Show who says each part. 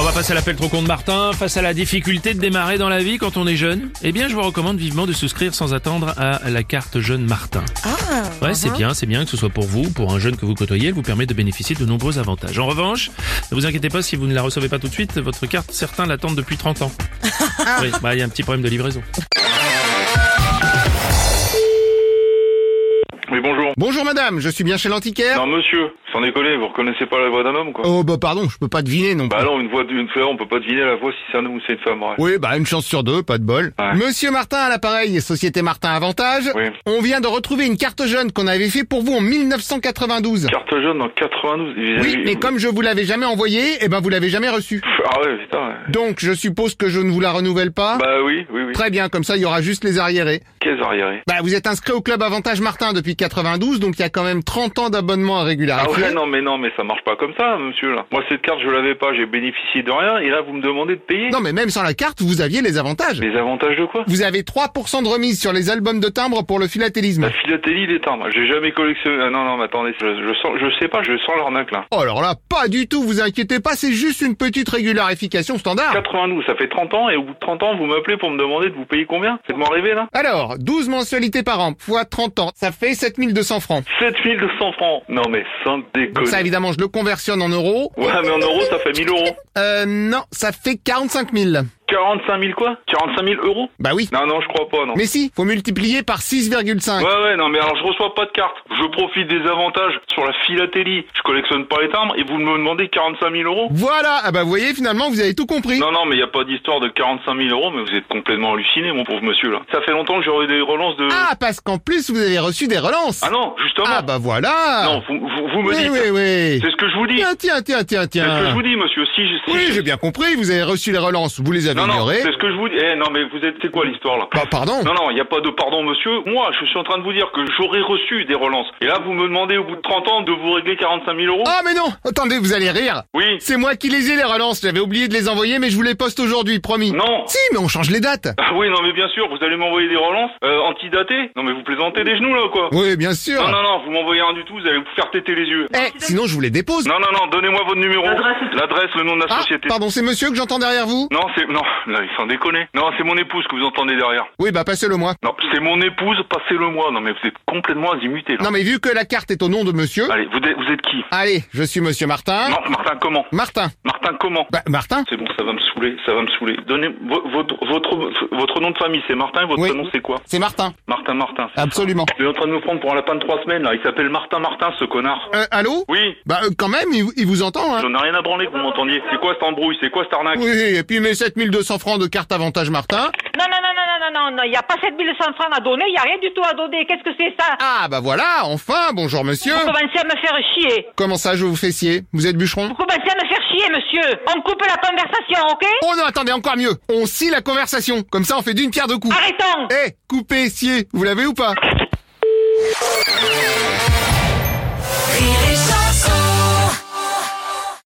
Speaker 1: On va passer à l'appel trop con de Martin. Face à la difficulté de démarrer dans la vie quand on est jeune, eh bien, je vous recommande vivement de souscrire sans attendre à la carte jeune Martin. ouais, c'est bien, c'est bien que ce soit pour vous, pour un jeune que vous côtoyez, elle vous permet de bénéficier de nombreux avantages. En revanche, ne vous inquiétez pas si vous ne la recevez pas tout de suite, votre carte, certains l'attendent depuis 30 ans. oui, bah, il y a un petit problème de livraison.
Speaker 2: Oui, bonjour.
Speaker 3: Bonjour madame, je suis bien chez l'antiquaire
Speaker 2: Non, monsieur, sans déconner, vous reconnaissez pas la voix d'un homme, quoi.
Speaker 3: Oh bah pardon, je peux pas deviner non plus.
Speaker 2: Bah non, une voix d'une femme, on peut pas deviner la voix si c'est un homme ou c'est une femme, ouais.
Speaker 3: Oui, bah une chance sur deux, pas de bol.
Speaker 2: Ouais.
Speaker 3: Monsieur Martin à l'appareil, Société Martin Avantage.
Speaker 2: Oui.
Speaker 3: On vient de retrouver une carte jeune qu'on avait fait pour vous en 1992.
Speaker 2: Carte jaune en 92. il-
Speaker 3: Oui,
Speaker 2: il-
Speaker 3: mais comme je vous l'avais jamais envoyée, eh ben vous l'avez jamais reçue.
Speaker 2: Pff, Ah ouais, putain. ouais.
Speaker 3: Donc je suppose que je ne vous la renouvelle pas.
Speaker 2: Bah oui, oui, oui.
Speaker 3: Très bien, Hein comme ça il y aura juste les arriérés.
Speaker 2: Qu'est-ce arriéré
Speaker 3: Bah vous êtes inscrit au club Avantage Martin depuis 92, donc il y a quand même 30 ans d'abonnement à
Speaker 2: Ah
Speaker 3: régularité.
Speaker 2: ouais, non, mais non, mais ça marche pas comme ça, monsieur, là. Moi, cette carte, je l'avais pas, j'ai bénéficié de rien, et là, vous me demandez de payer
Speaker 3: Non, mais même sans la carte, vous aviez les avantages.
Speaker 2: Les avantages de quoi
Speaker 3: Vous avez 3% de remise sur les albums de timbre pour le philatélisme.
Speaker 2: La philatélie des timbres, j'ai jamais collectionné. Ah non, non, mais attendez, je, je sens, je sais pas, je sens l'arnaque, là.
Speaker 3: Oh alors là, pas du tout, vous inquiétez pas, c'est juste une petite régularification standard.
Speaker 2: 92, ça fait 30 ans, et au bout de 30 ans, vous m'appelez pour me demander de vous payer combien Faites-moi rêver, là
Speaker 3: Alors, 12 mensualités par an, fois 30 ans, ça fait 7200 francs.
Speaker 2: 7200 francs Non, mais sans
Speaker 3: Donc
Speaker 2: déconner.
Speaker 3: ça, évidemment, je le conversionne en euros.
Speaker 2: Ouais, mais en euros, ça fait 1000 euros.
Speaker 3: Euh, non, ça fait 45 000.
Speaker 2: 45 000 quoi 45 000 euros
Speaker 3: Bah oui.
Speaker 2: Non, non, je crois pas, non.
Speaker 3: Mais si, faut multiplier par 6,5.
Speaker 2: Ouais, ouais, non, mais alors je reçois pas de carte. Je profite des avantages sur la philatélie. Je collectionne pas les timbres et vous me demandez 45 000 euros
Speaker 3: Voilà, ah bah vous voyez, finalement, vous avez tout compris.
Speaker 2: Non, non, mais y a pas d'histoire de 45 000 euros, mais vous êtes complètement halluciné, mon pauvre monsieur, là. Ça fait longtemps que j'aurais des relances de...
Speaker 3: Ah, parce qu'en plus, vous avez reçu des relances.
Speaker 2: Ah non, justement
Speaker 3: Ah bah voilà.
Speaker 2: Non, vous, vous, vous me
Speaker 3: oui,
Speaker 2: dites...
Speaker 3: oui, oui.
Speaker 2: C'est ce que je vous dis
Speaker 3: Tiens, tiens, tiens, tiens,
Speaker 2: C'est ce que je
Speaker 3: tiens.
Speaker 2: vous dis, monsieur. Si, je- si
Speaker 3: Oui,
Speaker 2: je-
Speaker 3: j'ai bien compris, vous avez reçu les relances, vous les avez
Speaker 2: Non, non,
Speaker 3: ignorées.
Speaker 2: c'est ce que je vous dis. Eh, non, mais vous êtes... C'est quoi l'histoire, là
Speaker 3: Bah pardon.
Speaker 2: Non, non, il n'y a pas de pardon, monsieur. Moi, je suis en train de vous dire que j'aurais reçu des relances. Et là, vous me demandez au bout de 30 ans de vous régler 45 000 euros
Speaker 3: Ah mais non, attendez, vous allez rire.
Speaker 2: Oui.
Speaker 3: C'est moi qui les ai les relances, j'avais oublié de les envoyer mais je vous les poste aujourd'hui, promis.
Speaker 2: Non.
Speaker 3: Si, mais on change les dates.
Speaker 2: Ah oui, non, mais bien sûr, vous allez m'envoyer des relances euh, antidatées Non, mais vous plaisantez des genoux, là, ou quoi
Speaker 3: Oui, bien sûr.
Speaker 2: Non, non, non, vous m'envoyez un du tout, vous allez vous faire téter les yeux.
Speaker 3: Eh, sinon je vous les dépose.
Speaker 2: Non, non, non, donnez-moi votre numéro. L'adresse, le nom de la
Speaker 3: Ah,
Speaker 2: société.
Speaker 3: pardon, c'est monsieur que j'entends derrière vous
Speaker 2: Non, c'est... Non, là, il s'en déconne. Non, c'est mon épouse que vous entendez derrière.
Speaker 3: Oui, bah passez-le moi.
Speaker 2: Non, c'est mon épouse, passez-le moi. Non, mais vous êtes complètement azimuté, là.
Speaker 3: Non mais vu que la carte est au nom de monsieur,
Speaker 2: Allez, vous êtes, vous êtes qui
Speaker 3: allez, je suis monsieur Martin.
Speaker 2: Non, Martin, comment
Speaker 3: Martin.
Speaker 2: Martin, comment
Speaker 3: Bah Martin
Speaker 2: C'est bon, ça va me saouler, ça va me saouler. Donnez vo- votre votre votre nom de famille, c'est Martin. et Votre
Speaker 3: Oui. Ah.
Speaker 2: prénom, c'est quoi
Speaker 3: C'est Martin.
Speaker 2: Martin, Martin. c'est
Speaker 3: Absolument.
Speaker 2: ça. Il est en train de nous prendre pour un lapin de trois semaines là. Il s'appelle Martin, Martin, ce connard.
Speaker 3: Euh, allô
Speaker 2: Oui,
Speaker 3: Bah euh, quand même, il, il vous entend hein.
Speaker 2: j'en ai rien à branler que vous m'entendiez. C'est quoi cette embrouille C'est quoi cette arnaque
Speaker 3: Oui, et puis mes 7200 francs de carte avantage Martin.
Speaker 4: Non, non, non, non, non, non, non, non, il n'y a pas 7200 francs à donner, il n'y a rien du tout à donner. Qu'est-ce que c'est ça
Speaker 3: Ah bah voilà, enfin, bonjour monsieur.
Speaker 4: Vous commencez à me faire chier.
Speaker 3: Comment ça, je vous fessier Vous êtes bûcheron
Speaker 4: Vous commencez à me faire chier, monsieur. On coupe la conversation, ok
Speaker 3: Oh non, attendez, encore mieux. On scie la conversation. Comme ça, on fait d'une pierre deux coups.
Speaker 4: Arrêtons
Speaker 3: Eh, coupé, scié, vous l'avez ou pas
Speaker 5: Rire